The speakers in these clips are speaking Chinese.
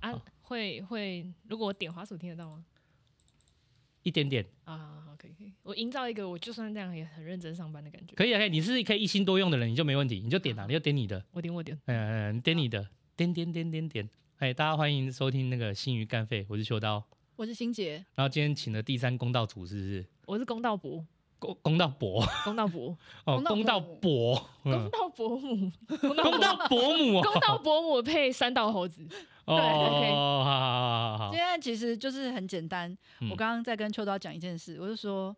啊会会，如果我点滑鼠听得到吗？一点点，啊，可以可以，我营造一个我就算这样也很认真上班的感觉。可以啊，可以，你是可以一心多用的人，你就没问题，你就点啊，好你就点你的，我点我点，嗯、你点你的，点点点点点。哎，大家欢迎收听那个新鱼干费，我是秋刀。我是欣杰，然后今天请了第三公道主，是不是？我是公道伯，公公道伯公道 伯，哦，公公道道伯，公嗯道伯 母，公公道道伯母伯公道哦，伯母配三道猴子，哦， OK 好好好好好今，天其实就是很简单。嗯我刚刚在跟秋刀讲一件事，我就说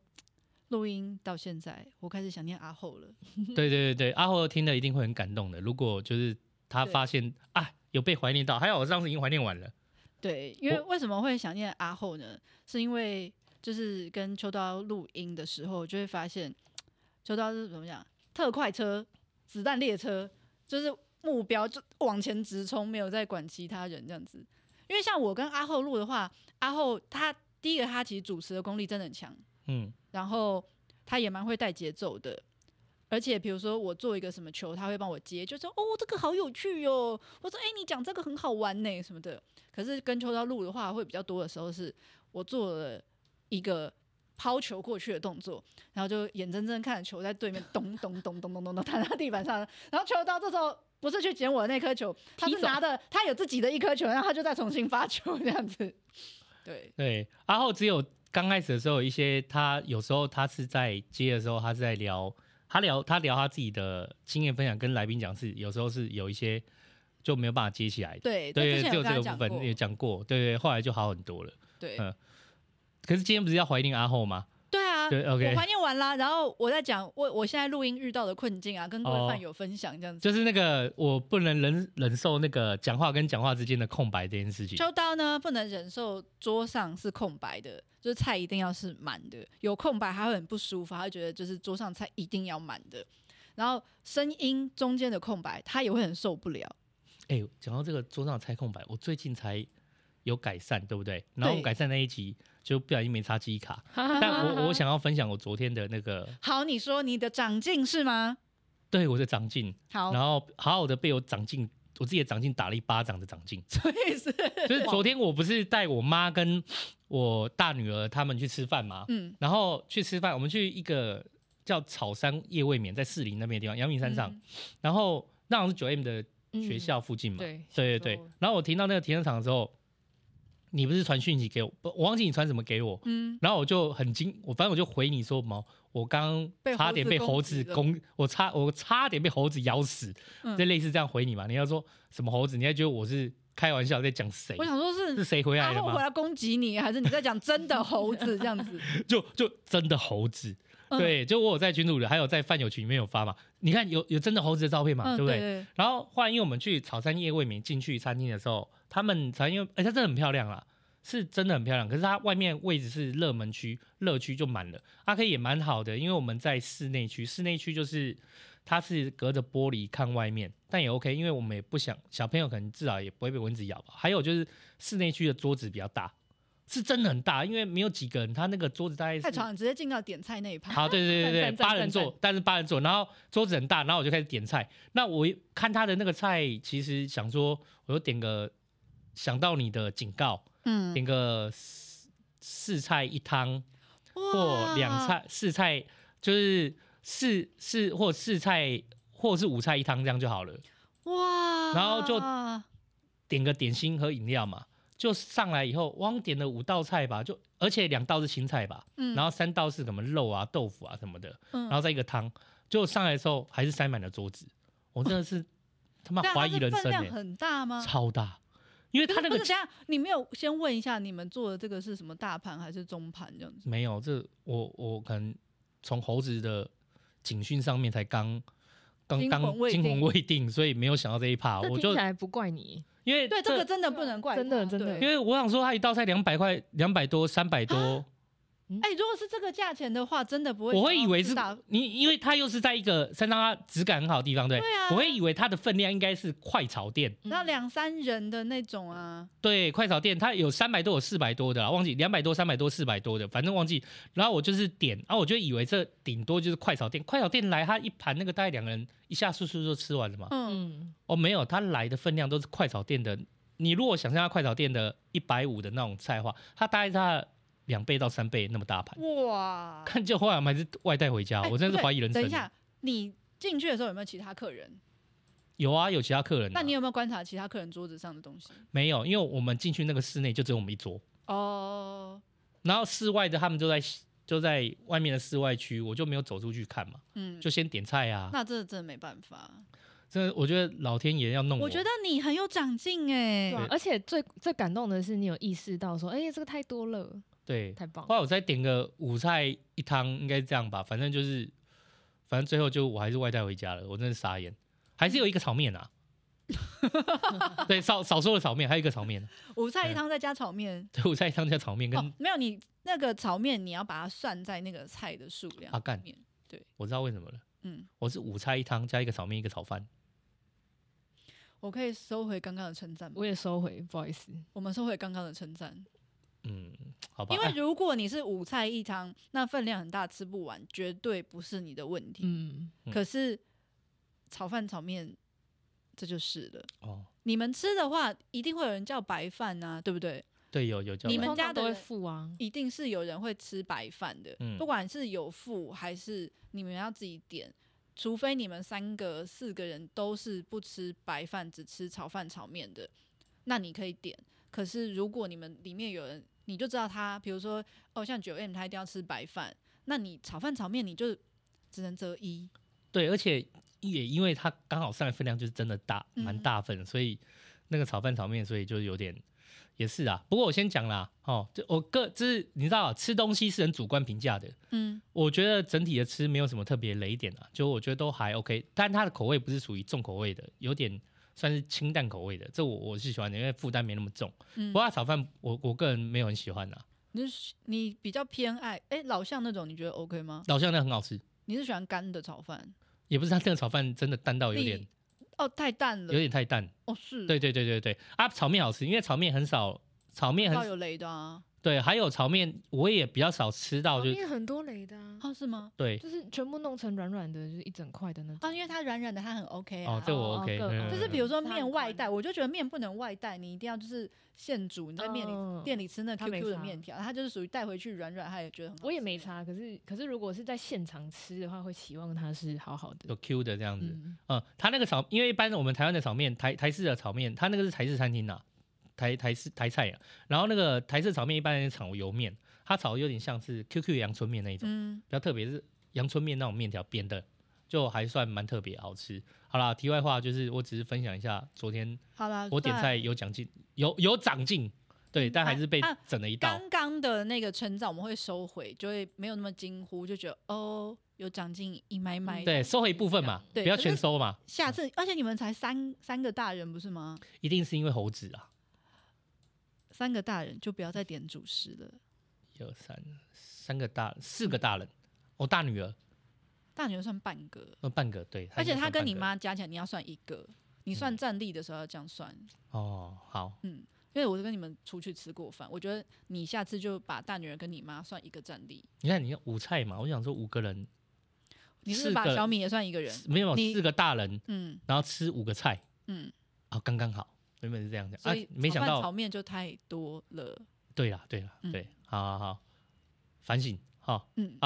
录音到现在，我开始想念阿后了。对对对对，阿豪听了一定会很感动的。如果就是他对发现啊有被怀念到，还好我上次已经怀念完了。对，因为为什么会想念阿后呢？是因为就是跟秋刀录音的时候，就会发现秋刀是怎么讲，特快车、子弹列车，就是目标就往前直冲，没有在管其他人这样子。因为像我跟阿后录的话，阿后他第一个他其实主持的功力真的很强，嗯，然后他也蛮会带节奏的。而且比如说我做一个什么球，他会帮我接，就说哦这个好有趣哦，我说哎、你讲这个很好玩呢什么的。可是跟秋刀录的话，会比较多的时候是我做了一个抛球过去的动作，然后就眼睁睁看着球在对面咚咚咚咚咚咚咚弹到地板上，然后秋刀这时候。不是去捡我的那颗球，他踢是走拿的，他有自己的一颗球，然后他就再重新发球这样子。 对，对，阿浩只有刚开始的时候，有一些他有时候他是在接的时候，他是在聊他聊他聊他自己的经验分享，跟来宾讲是有时候是有一些就没有办法接起来的。对，对，之前只有有这跟个他部讲分也过，讲过，对对，后来就好很多了。对，嗯可是今天不是要怀念阿浩吗？对啊，对，OK，我怀念完啦，然后我在讲我我现在录音遇到的困境啊，跟各哦位饭友分享这样子。就是那个我不能忍忍受那个讲话跟讲话之间的空白这件事情。秋刀呢不能忍受桌上是空白的，就是菜一定要是满的，有空白他会很不舒服，他会觉得就是桌上菜一定要满的。然后声音中间的空白，他也会很受不了。哎、讲到这个桌上的猜空白，我最近才有改善，对不对？然后我们对改善那一集就不小心没插记忆卡， 但我我想要分享我昨天的那个好，你说你的长进是吗？对我的长进，好，然，后好好的被我长进，我自己的长进打了一巴掌的长进所以是就是昨天我不是带我妈跟我大女儿他们去吃饭吗？嗯 然后去吃饭，我们去一个叫草山夜未眠，在士林那边的地方，阳明山上，嗯然后那好像是九 M 的嗯学校附近嘛，对对对对，然后我停到那个停车场的时候，你不是传讯息给我，不我忘记你传什么给我，嗯，然后我就很惊，我反正我就回你说毛，我刚被刚差点被猴猴子子攻，我差我差点被猴子咬死，嗯就类似这样回你嘛。你要说什么猴子，你还觉得我是开玩笑在讲谁我？想说是是谁回来阿的后回吗？来攻击你，还是你在讲真的猴子这样 子？就就真的猴子，嗯对，就我有在群组里，还有在饭友群里面有发嘛。你看有有真的猴子的照片嘛，嗯，对不对？对然后后来因为我们去草山夜未眠进去餐厅的时候，他们才因为哎、它真的很漂亮啦，是真的很漂亮。可是它外面位置是热门区，热区就满了。阿 K 也蛮好的，因为我们在室内区，室内区就是它是隔着玻璃看外面，但也 OK，因为我们也不想小朋友可能至少也不会被蚊子咬吧。还有就是室内区的桌子比较大，是真的很大，因为没有几个人，他那个桌子大概是太长了，直接进到点菜那 一趴。好，对对对对，赞赞八人赞座赞，但是八人座，然后桌子很大，然后我就开始点菜。那我一看他的那个菜，其实想说，我就点个想到你的警告，嗯点个四四菜一汤或两哇，菜四菜，就是四四或四菜或是五菜一汤这样就好了。哇，嗯然后就点个点心和饮料嘛，就上来以后，我好像点了五道菜吧，就而且两道是青菜吧，嗯然后三道是什么肉啊、豆腐啊什么的。嗯然后再一个汤，就上来的时候还是塞满了桌子，我真的 是他妈但啊它怀疑是人分生量呢、很大吗？超大，因为不他是那不个是，等一下你没有先问一下你们做的这个是什么大盘还是中盘这样子？没有这我我可能从猴子的警讯上面才刚刚惊刚魂未惊魂定未定，所以没有想到这一趴，这我听就起来不怪你，因为对，这个真的不能怪他，真的真的因对为我想说他一道菜两百块，两百多三百多，哎，如果是这个价钱的话，真的不会想我要吃会大，以为是你，因为他又是在一个山上，它质感很好的地方，对，对啊我会以为它的分量应该是快炒店。嗯然后两三人的那种啊，对，快炒店它有三百多，有四百多的啦，忘记两百多、三百多、四百多的，反正忘记。然后我就是点，啊，我就以为这顶多就是快炒店，快炒店来它一盘那个大概两个人一下速速就吃完了嘛。嗯，嗯，哦，没有，它来的分量都是快炒店的你如果想象它快炒店的一百五的那种菜的话，它大概是它的两倍到三倍那么大盘。嗯哇，看就后来我们还是外带回家，哎我真的不是对怀疑人生。欸等一，下，你进去的时候有没有其他客人？有啊，有其他客人、啊。那你有没有观察其他客人桌子上的东西？没有？因为我们进去那个室内就只有我们一桌，哦，然后室外的他们就在就在外面的室外区，我就没有走出去看嘛，嗯，就先点菜啊。那这真的没办法。真的，我觉得老天爷要弄我觉得你很有长进哎、对啊嗯对而且最最感动的是，你有意识到说，哎、这个太多了，对，太棒后了。来我再点个五菜一汤，应该是这样吧，反正就是，反正最后就我还是外带回家了，我真的傻眼，还是有一个炒面 啊，对，少少说了炒面，还有一个炒面，五菜一汤再加炒面。对，五菜一汤加炒面啊跟、哦，没有你那个炒面，你要把它算在那个菜的数量啊干里面。我知道为什么了，嗯，我是五菜一汤加一个炒面一个炒饭，我可以收回刚刚的称赞吗我？也收回，不好意思。我们收回刚刚的称赞，嗯，好吧，因为哎如果你是五菜一汤，那分量很大，吃不完，绝对不是你的问题。嗯，嗯可是炒饭、炒面，这就是了。哦，你们吃的话，一定会有人叫白饭啊，对不对？对，有有叫你来们通家常的都会人付啊，一定是有人会吃白饭的，嗯不管是有付还是你们要自己点，除非你们三个四个人都是不吃白饭，只吃炒饭炒面的，那你可以点。可是如果你们里面有人，你就知道他，比如说哦，像九 M 他一定要吃白饭，那你炒饭炒面你就只能择一。对，而且也因为它刚好上来分量就是真的大，嗯蛮大份，所以那个炒饭炒面，所以就有点也是啊。不过我先讲啦，哦，就我个就是你知道、啊，吃东西是很主观评价的。嗯，我觉得整体的吃没有什么特别雷点啊，就我觉得都还 OK，但它的口味不是属于重口味的，有点算是清淡口味的，这我我是喜欢的，因为负担没那么重。嗯不过它炒饭我我个人没有很喜欢啊，你是你比较偏爱哎、老巷那种，你觉得 OK 吗？老乡那很好吃，你是喜欢干的炒饭？也不是它那个炒饭真的淡到有点你哦，太淡有了。点太淡。哦，是对对对对对啊，炒面好吃，因为炒面很少，炒面到很有雷的啊？对，还有炒面我也比较少吃到，旁哦就哦边很多雷的、啊，哦，是吗？对就是全部弄成软软的，就是一整块的那种。啊，因为它软软的，它很 OK 啊。哦，这我哦 OK，各嗯种就是比如说它很面外宽带，我就觉得面不能外带，你一定要就是现煮，你在面里、嗯店里吃那它没 QQ 的差面条，它就是属于带回去软软，它也觉得很好吃。我也没差，可是可是如果是在现场吃的话，会期望它是好好的有。Q 的这样子， 嗯，嗯，他那个炒，因为一般我们台湾的炒面，台台式的炒面，他那个是台式餐厅呐、台台式台菜啊，然后那个台式炒面一般是炒油面，它炒的有点像是 QQ 阳春面那一种，嗯，比较特别是阳春面那种面条扁的，就还算蛮特别好吃。好啦，题外话就是，我只是分享一下昨天好啦，我点算菜有奖金，有有长进，对，但还是被啊啊整了一道。刚刚的那个称赞我们会收回，就会没有那么惊呼，就觉得哦有长进一买买。嗯对，收回一部分嘛，不对要可全是收嘛，下次而且你们才三三个大人不是吗？一定是因为猴子啊。三个大人就不要再点主食了。一二三，三个大，四个大人，我、大女儿，大女儿算半个，呃，半个嗯对，而且她她跟你妈妈加起来，你要算一个，你算站立的时候要这样算。哦，好，嗯，因为我是跟你们出去吃过饭，我觉得你下次就把大女儿跟你妈算一个战力，你看你要五菜嘛，我想说五个人，你四是不是把个小米也算一个人。没有你四个大人，嗯然后吃五个菜，嗯，啊，刚刚好，原本是这样讲，所啊以、没炒想饭到炒，面就太多了。对啦，对啦，嗯对，好好好，反省，好， 嗯，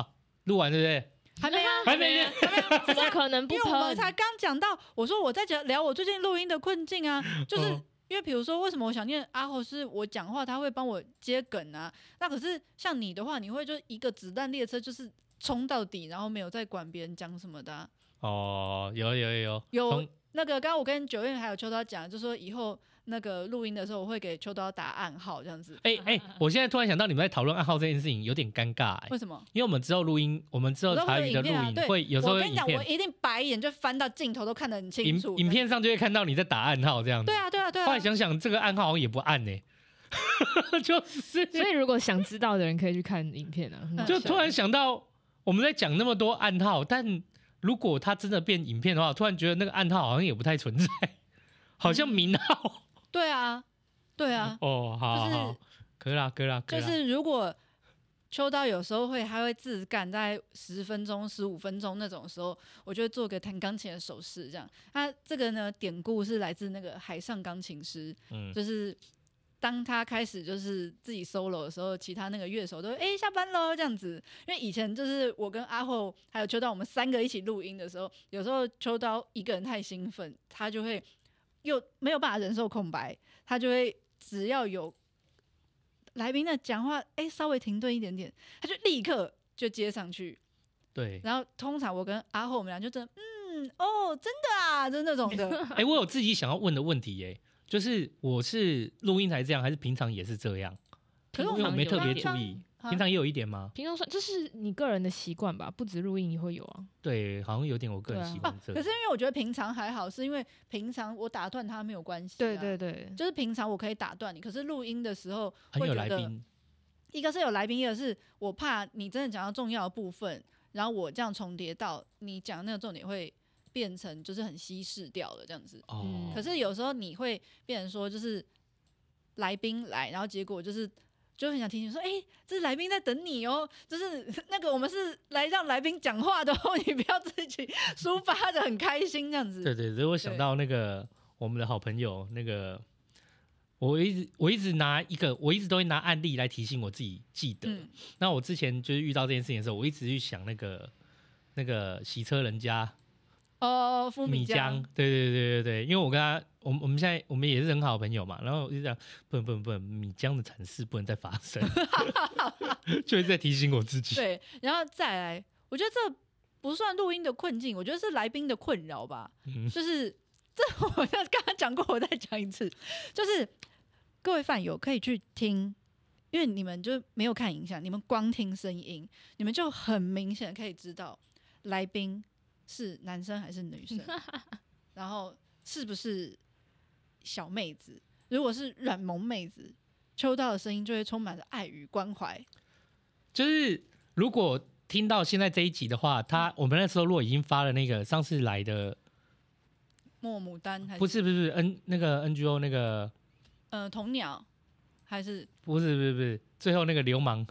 录完对不对？还没啊，还没啊，还没啊。怎么可能不因为我们喷？才刚讲到，我说我在讲聊我最近录音的困境 啊，就是哦因为比如说为什么我想念阿豪，是我讲话他会帮我接梗啊，那可是像你的话，你会就一个子弹列车就是冲到底，然后没有再管别人讲什么的啊、哦，有有有有，有从那个刚刚我跟九月还有秋刀讲，就说以后那个录音的时候，我会给秋刀打暗号这样子。哎哎、我现在突然想到你们在讨论暗号这件事情，有点尴尬、哎。为什么？因为我们之后录音，我们之后我都会茶有余的影录片啊影对会有时候我会跟影你讲，我片，一定白眼就翻到镜头都看得很清影楚。影片上就会看到你在打暗号这样子。对啊，对啊，对后来啊。想想，这个暗号好像也不暗呢、 就是所以如果想知道的人可以去看影片啊。很好就笑突然想到我们在讲那么多暗号，但如果它真的变影片的话，突然觉得那个暗号好像也不太存在， 好像名号、对啊，对啊，嗯哦，好好好，可以啦可以啦可以就啦，是如果秋刀有时候会还会自干，在十分钟、十五分钟那种时候，我就会做个弹钢琴的手势，这样。那这个呢，典故是来自那个海上钢琴师，嗯，就是当他开始就是自己 solo 的时候，其他那个乐手都哎、诶下班喽这样子。因为以前就是我跟阿后还有秋刀，我们三个一起录音的时候，有时候秋刀一个人太兴奋，他就会又没有办法忍受空白，他就会只要有来宾的讲话，哎、稍微停顿一点点，他就立刻就接上去。对。然后通常我跟阿后我们俩就真的嗯哦真的啊，就那种 的哎、我有自己想要问的问题耶、就是我是录音才这样，还是平常也是这样？可是我因为我没特别平注常意，啊平常也有一点吗？平常算这是你个人的习惯吧，不止录音你会有啊。对，好像有点我个人对啊喜啊欢。这可是因样。为我觉得平常还好，是因为平常我打断他没有关系、啊。对对，对，就是平常我可以打断你，可是录音的时候很会有觉来得，宾，一个是有来宾，一个是我怕你真的讲到重要的部分，然后我这样重叠到你讲那个重点会变成就是很稀释掉了这样子。哦，可是有时候你会变成说，就是来宾来，然后结果就是就很想提醒说，哎、这是来宾在等你哦，就是 那个我们是来让来宾讲话的哦， 你不要自己抒发的很开心这样子。对对对，我想对到那个我们的好朋友那个，我一直我一直拿一个，我一直都会拿案例来提醒我自己记得。嗯，那我之前就是遇到这件事情的时候，我一直去想那个那个洗车人家哦，夫米米江江，，对对对对对，因为我跟他，我们我们现在我们也是很好的朋友嘛，然后我就讲，不能不能不能，米江的惨事不能再发 生，就一直在提醒我 自己。对，然后再来，我觉得这不算录音的困境，我觉得是来宾的困扰吧。嗯就是 这我刚刚讲过，我再讲一次，就是各位饭友可以去听，因为你们就没有看影像，你们光听声音，你们就很明显可以知道来宾是男生还是 女生，然后是不是小妹子，如果是软萌妹子。秋刀的声音就会充满着爱与关怀，就是如果听到现在这一集的话，嗯他我们那时候如果已经发了那个上次来的，莫牡丹还是不是不是不是 N 那个 NGO 那个，呃童鸟，还是不是不是不是，最后那个流氓，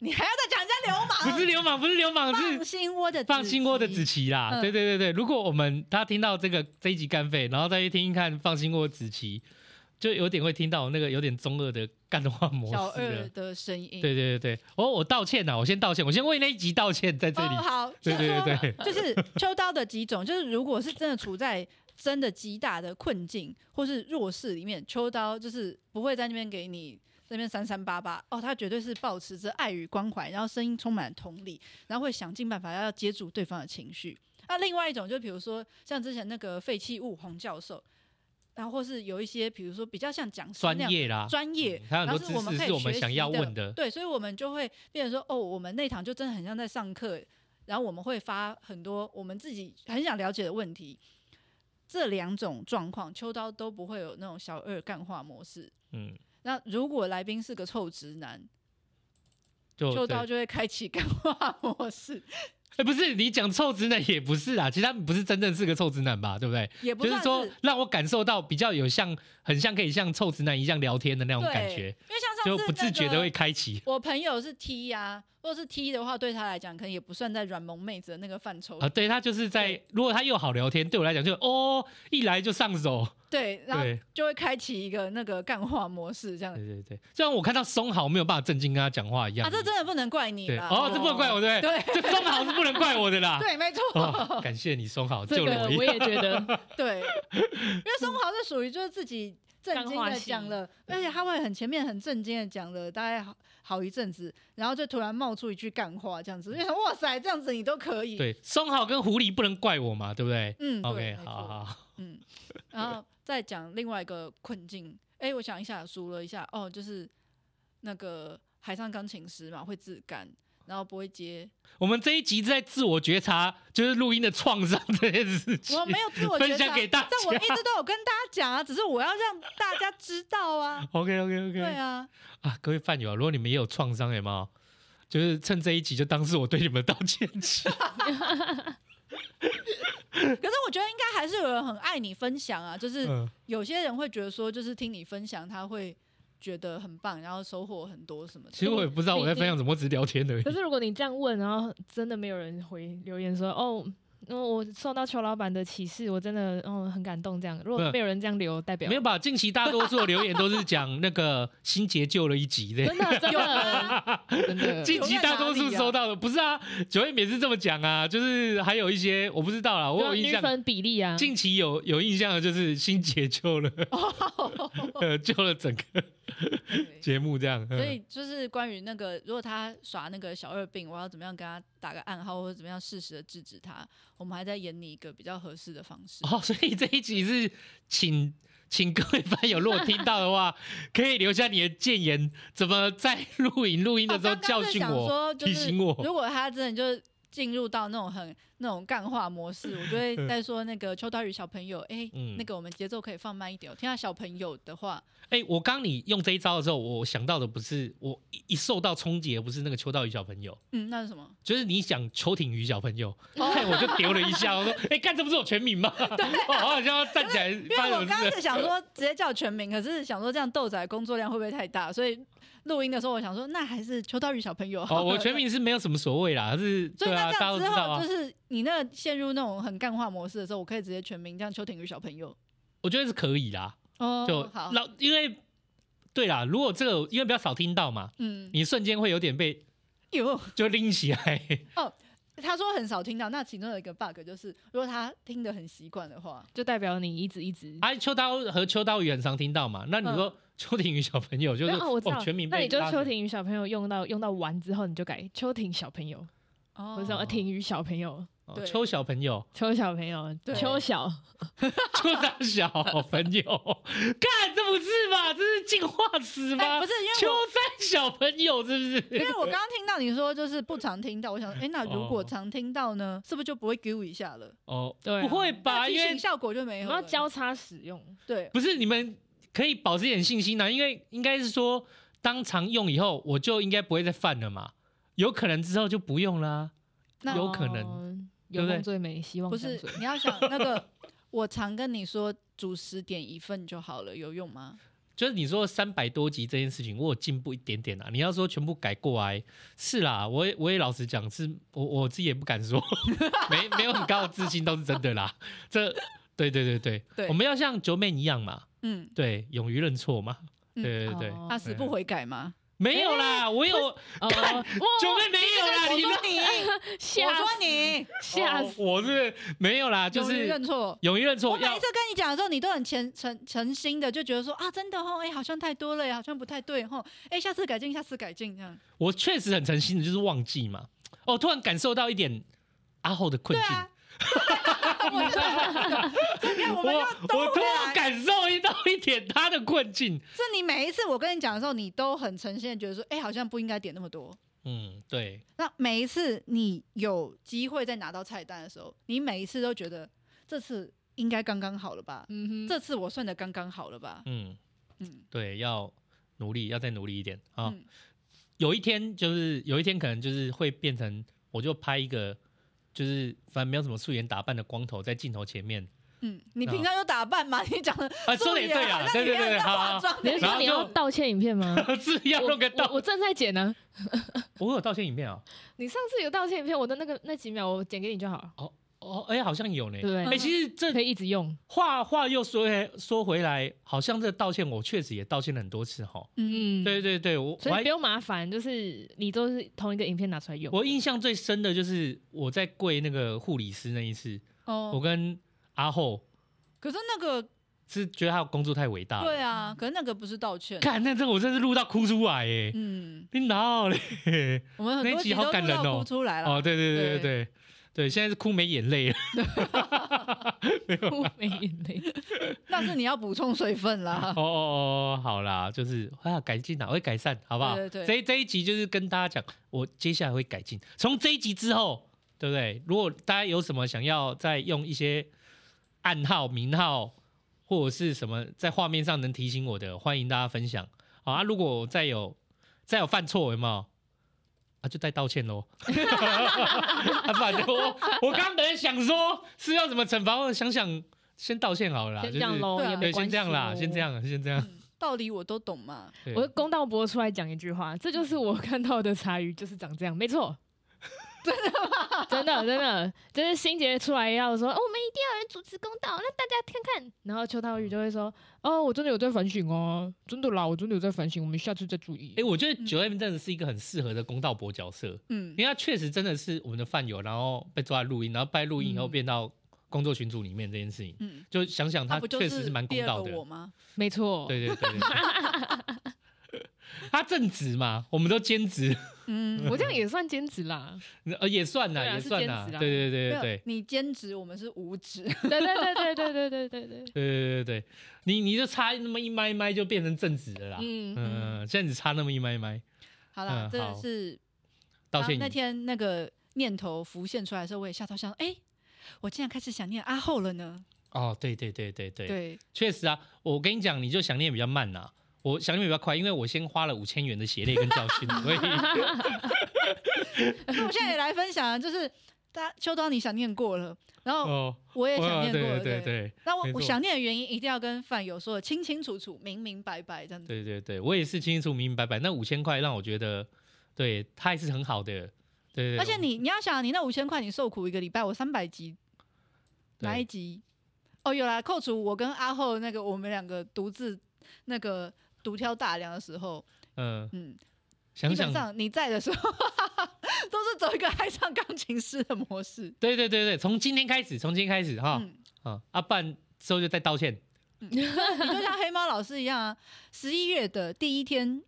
你还要再讲人家流氓？不是流氓，不是流氓，是放心窝的放心窝的子子琪啦。嗯对对对对，如果我们他听到这个这一集干废，然后再去听一看放心窝子琪，就有点会听到那个有点中二的干话模小式了二。的声音。对对对对，哦，我道歉呐，我先道歉，我先为那一集道歉，在这里。哦，好，对对对对。就是说就是秋刀的几种，就是如果是真的处在真的极大的困境或是弱势里面，秋刀就是不会在那边给你。那边三三八八哦，他绝对是保持着爱与关怀，然后声音充满同理，然后会想尽办法要接住对方的情绪。那、另外一种就比如说像之前那个废弃物洪教授，然后或是有一些比如说比较像讲师那专样业啦，专业嗯，还有很然后多是我知们识可以是我们学想习要的问的对，所以我们就会变成说，哦，我们那堂就真的很像在上课，然后我们会发很多我们自己很想了解的问题。这两种状况，秋刀都不会有那种小二干化模式。嗯，那如果来宾是个臭直男，就秋哦对刀就会开启干化模式，哎、不是你讲臭直男也不是啊啦，其实他们不是真正是个臭直男吧，对不对？也不就是算说是让我感受到比较有像很像可以像臭直男一样聊天的那种对感觉，因为像上次就不自觉那的个会开启，我朋友是 T 呀、如果是 T 的话，对他来讲可能也不算在软萌妹子的那个范畴啊，对他就是在对，如果他又好聊天，对我来讲就哦，一来就上手，对，然后对就会开启一个那个干化模式这样对对对，虽然我看到松好没有办法正经跟他讲话一样，啊，这真的不能怪你对啦哦，这不能怪我对不对对？这松好是不能怪我的啦，对，没错，哦，感谢你松好这救了个我一我也觉得 对，因为松豪是属于就是自己震干惊话的型讲了，而且他会很前面很震惊的讲了大概好好一阵子，然后就突然冒出一句干话这样子，就想哇塞，这样子你都可 以，对，松好跟狐狸不能怪我嘛，对不对嗯对？OK，好没错好好。嗯，然后再讲另外一个困境，哎，我想一下，数了一下，哦，就是那个海上钢琴师嘛，会自干，然后不会接，我们这一集在自我觉察，就是录音的创伤这件事情。我没有自我分觉享察，给大但我家一直都有跟大家讲啊，只是我要让大家知 道啊， OK OK OK 对啊啊。各位饭友啊，如果你们也有创伤，有没有？就是趁这一集，就当是我对你们道歉期。可是我觉得应该还是有人很爱你分享啊，就是嗯，有些人会觉得说，就是听你分享，他会觉得很棒，然后收获很多什么的。其实我也不知道我在分享什么，我只是聊天而已可。是如果你这样问，然后真的没有人回留言说哦。因为我受到邱老板的启示，我真的嗯很感动。这样，如不是果没有人这样留，代表没有吧？近期大多数的留言都是讲那个新结救了一集的。真的真 有的吗？真的，啊近期大多数收到的不是啊，九月每次这么讲啊，就是还有一些我不知道啦，我有印女象。粉比例啊，近期有有印象的就是新解救了， 呃，救了整个对节目这样。嗯所以就是关于那个，如果他耍那个小二病，我要怎么样跟他打个暗号，或者怎么样适时的制止他？我们还在研拟一个比较合适的方式。哦，所以这一集是请请各位班友，如果听到的话，可以留下你的建言，怎么在录影录音的哦时候刚刚教在训想我、说就是提醒我。如果他真的就是进入到那种很那种干话模式，我就会在说那个邱刀鱼小朋友，哎、嗯那个我们节奏可以放慢一点哦。听到小朋友的话，哎、我刚你用这一招的时候，我想到的不是我一一受到冲击，的不是那个邱道宇小朋友，嗯，那是什么？就是你想邱挺宇小朋 友，哦看我就丢了一下，我说：“哎、干这不是我全名吗？” 我好像要站起来因发为我什刚么刚事？ 是想说直接叫全名，可是想说这样豆仔工作量会不会太大，所以录音的时候我想说，那还是邱刀鱼小朋友好哦，了。我全名是没有什么所谓啦，是所以对那啊，大这家样都之知道后，啊就。是你那个陷入那种很干化模式的时候，我可以直接全名这样邱挺宇小朋友我觉得是可以啦，哦，就好，老因为对啦，如果这个因为比较少听到嘛，嗯，你瞬间会有点被有就拎起来。 他说很少听到，那其中有一个 bug 就是，如果他听得很习惯的话，就代表你一直一直。啊，秋刀和秋刀鱼很常听到嘛，那嗯你说邱婷宇小朋友就是没有哦，我知道，哦，全名那被你就拉邱婷宇小朋友用到用到完之后，你就改邱婷小朋友，哦或者说婷宇小朋友、哦对邱小朋友， 邱小朋友、对邱小，邱大小朋友，干这不是吧？这是进化史哎、吗？不是因邱为我。啊三小朋友是不因是？为我刚刚听到你说就是不常听到，我想，哎、那如果哦常听到呢，是不是就不会 Q 一下了？哦，对啊不会那吧？提因为醒效果就我没有们要了。交叉使用。对，不是你们可以保持一点信心呐、啊因为应该是说，当常用以后，我就应该不会再犯了嘛。有可能之后就不用啦、那有可能能，哦对有不对梦最美，希望哦不相是随你要想那个， 我常跟你说煮十点一份就好了，有用吗？就是你说三百多集这件事情，我有进步一点点啊。你要说全部改过来，是啦，我也我也老实讲，是我我自己也不敢说， 没没有很高的自信，都是真的啦。这对对对对，对我们要像九妹一样嘛，嗯，对，勇于认错嘛，嗯哎对对对，哦他死不悔改吗？没有啦，我有 哦，哇九妹没有啦，啊你我们 说你，我吓说死你， 吓哦死！我是没有啦，就勇于是认错。勇于认我错每要一次跟你讲的时候，你都很诚诚诚心的，就觉得说啊，真的哦，哎、好像太多了耶，好像不太对哦，哎、下次改进，下次改进这样。我确实很诚心的，就是忘记嘛。哦，突然感受到一点阿后的困对境，啊，我就是所以我们要 我兜突回然来。感受到一点他的困境。是你每一次我跟你讲的时候，你都很诚心的觉得说，哎、好像不应该点那么多。嗯，对，那每一次你有机会再拿到菜单的时候，你每一次都觉得这次应该刚刚好了吧？嗯哼，这次我算的刚刚好了吧？嗯，嗯，对，要努力，要再努力一点啊。嗯有一天就是有一天可能就是会变成，我就拍一个。就是反正没有什么素颜打扮的光头在镜头前面嗯，你平常有打扮吗？ 你讲的啊，说的也对啊，啊，那对你对没有对，在好化好，好妆你的是然后说你要就道歉影片 吗？ 是要我弄个我我道，正在剪呢。我有道歉影片啊，你上次有道歉影片，我的那个那几秒我剪给你就好了，哦，哎，好像有呢对，不对？哎，其实这可以一直用，话话又说回说回来，好像这道歉我确实也道歉了很多次哈。嗯，嗯，对，对对，我我所以还不用麻烦，就是你都是同一个影片拿出来 用。我印象最深的就是我在跪那个护理师那一次，我哦，跟阿后可是那个是觉得他的工作太伟大了。对啊，可是那个不是道歉。干，那这我真是录到哭出来耶！嗯，你哪嘞？我们很那多一集好都感录人到哦哭出来了。哦，对对对对对对对，现在是哭没眼泪了。 我没眼泪，但是你要补充水分啦 哦。哦哦，哦好啦，就是啊，改进啦，我会改善，好不好？对对对这一这一集就是跟大家讲，我接下来会改进。从这一集之后，对不对？如果大家有什么想要再用一些暗号、名号或者是什么在画面上能提醒我的，欢迎大家分享。好啊，如果再有再有犯错，有没有？啊，就再道歉喽。啊，反正我 我刚刚本来想说是要怎么惩罚，我想想先道歉好了啦，先就这是样喽，对啊也没对，关系。哦先这样啦，先这。样，先这样。嗯道理我都懂嘛。对我公道博出来讲一句话，这就是我看到的茶鱼就是长这样，没错。 真的吗？真的真的，就是心杰出来要说，哦，我们一定要有人主持公道，让大家看看。然后邱涛宇就会说，哦，我真的有在反省哦，真的啦，我真的有在反省，我们下次再注意哎、。我觉得九 M 真的是一个很适合的公道博角色，嗯因，为他确实真的是我们的饭友，然后被抓来录音，然后被录音以后嗯变到工作群组里面这件事情，嗯，就想想那他不就确实是蛮第公二道个的。我吗？没错，对对对对对他正职嘛，我们都兼职，嗯， 我这样也算兼职啦。呃，也算呐，对啊也是算兼呐，职对啊对对没对有对。你兼职，我们是无职。 对对对对对对对对对对，对对对对，你你就差那么一麦一麦就变成正职了啦。 嗯嗯，嗯，现在只差那么一麦一麦， 好啦，嗯真的好是道当歉那你。天那个念头浮现出来的时候，我也吓到想，哎、我竟然开始想念阿后了呢。哦，对对对对对，对， 确实啊，我跟你讲，你就想念比较慢呐、我想念比较快，因为我先花了五千元的血泪跟教 训，所以那我现在也来分享啊，就是大家秋刀你想念过了，然后哦，我也想哇念对过了，对对对那我没我错想念的原因一定要跟范友说的清清楚楚、明明白白这样子。对对对，我也是清清楚明明白白。那五千块让我觉得，对他还是很好的，对啊对。而且你你要想，你那五千块你受苦一个礼拜，我三百集对哪一集？哦，有啦，扣除我跟阿后那个我们两个独自那个独挑大梁的时候，嗯、嗯，想基本想，上你在的时候， 都是走一个爱上钢琴师的模式。对对对对，从今天开始，从今天开始哈，嗯，啊啊，不然之后就再道歉。你就像黑猫老师一样啊。十一月的第一天，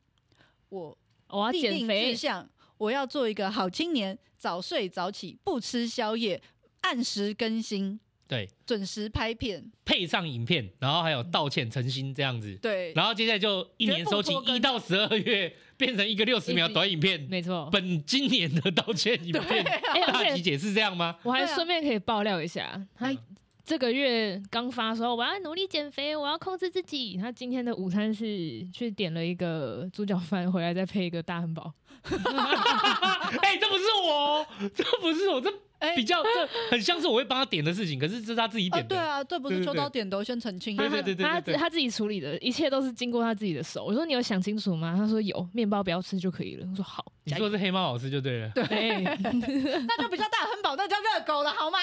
我我要立减定志肥，向，我要做一个好青年，早睡早起，不吃宵夜，按时更新，对，准时拍片。配上影片，然后还有道歉、诚心这样子，对，然后接下来就一年收集绝不拖更一到十二月，变成一个六十秒短影片。没错。本今年的道歉影哦对片，啊，哎，大而吉且姐是这样吗？ 我还对啊顺便可以爆料一下，他嗯这个月刚发说我要努力减肥，我要控制自己。他今天的午餐是去点了一个猪脚饭，回来再配一个大汉堡。哎、这不是我哦，这不是我，这哎比较这很像是我会帮他点的事情，可是这是他自己啊，点对的。啊，这不对是对秋刀对点头先澄清一下啊对吗，对对对他对他自己处理的，一切都是经过他自己的手。我说你有想清楚吗？他说有，面包不要吃就可以了。我说好，你加说油是黑猫老师就对了。 对，那就不叫大亨堡，那叫热狗了，好吗？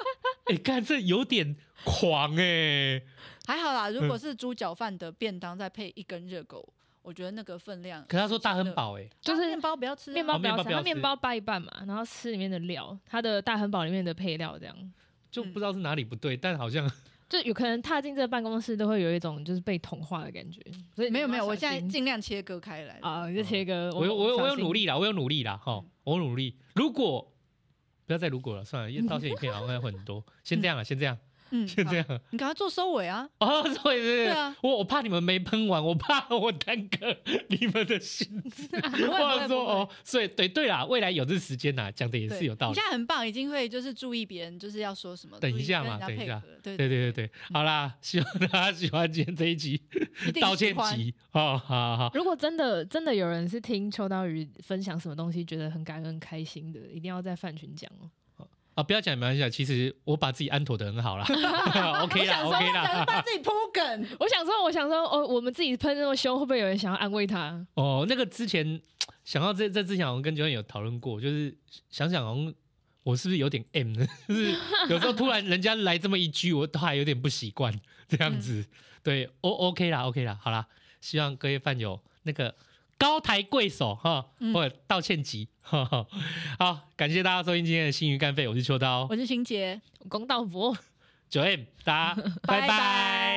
哎、看这有点狂哎、还好啦，如嗯果是猪脚饭的便当再配一根热狗，我觉得那个分量。可他说大亨，堡哎、就是啊面包不要吃啊、面包不面要包吃，不要他面吃包掰一半嘛，然后吃里面的料，他的大汉堡里面的配料这样。就不知道是哪里不对，但好嗯像就有可能踏进这个办公室，都会有一种就是被同化的感觉。所以没有你没有，要我小现在心尽量切割开来。啊，你就切割。我有我有我有努， 小心力啦，我有努力啦哈，嗯我有努力。如果不要再如果了，算了，因为道歉影片好像有很多，先这样了，啊先这样，嗯，先好这样了。你赶快做收尾啊！哦，所以对对啊，我我怕你们没喷完，我怕我耽搁你们的心思。不会我想不说会哦，所以对对啦，未来有这时间呐，讲的也对是有道你理现。在很棒，已经会就是注意别人就是要说什么，等一下嘛注意跟人家配合，对对对对对，好啦，希望大家喜欢今天这一集一定道喜歉欢集哦，好好好，如果真的真的有人是听秋刀鱼分享什么东西，觉得很感恩开心的，一定要在饭群讲哦。啊，不要讲没关系啊，其实我把自己安妥的很好 啦 ，OK 啦我想，OK 说，想啦说，帮自己铺梗，我想说，我想说，哦，我们自己喷那么凶，会不会有人想要安慰他？哦，那个之前想到这这之前，好像跟九恩有讨论过，就是想想好像我是不是有点 M 呢？ 就是有时候突然人家来这么一句，我都还有点不习惯这样子。对，O OK 啦，OK 啦，好啦，希望各位饭友那个高抬贵手哈， 嗯或者道歉集。哈哈，好，感谢大家收听今天的新鱼干肺，我是秋刀我是邢杰，公道博。九 M，大家 拜拜拜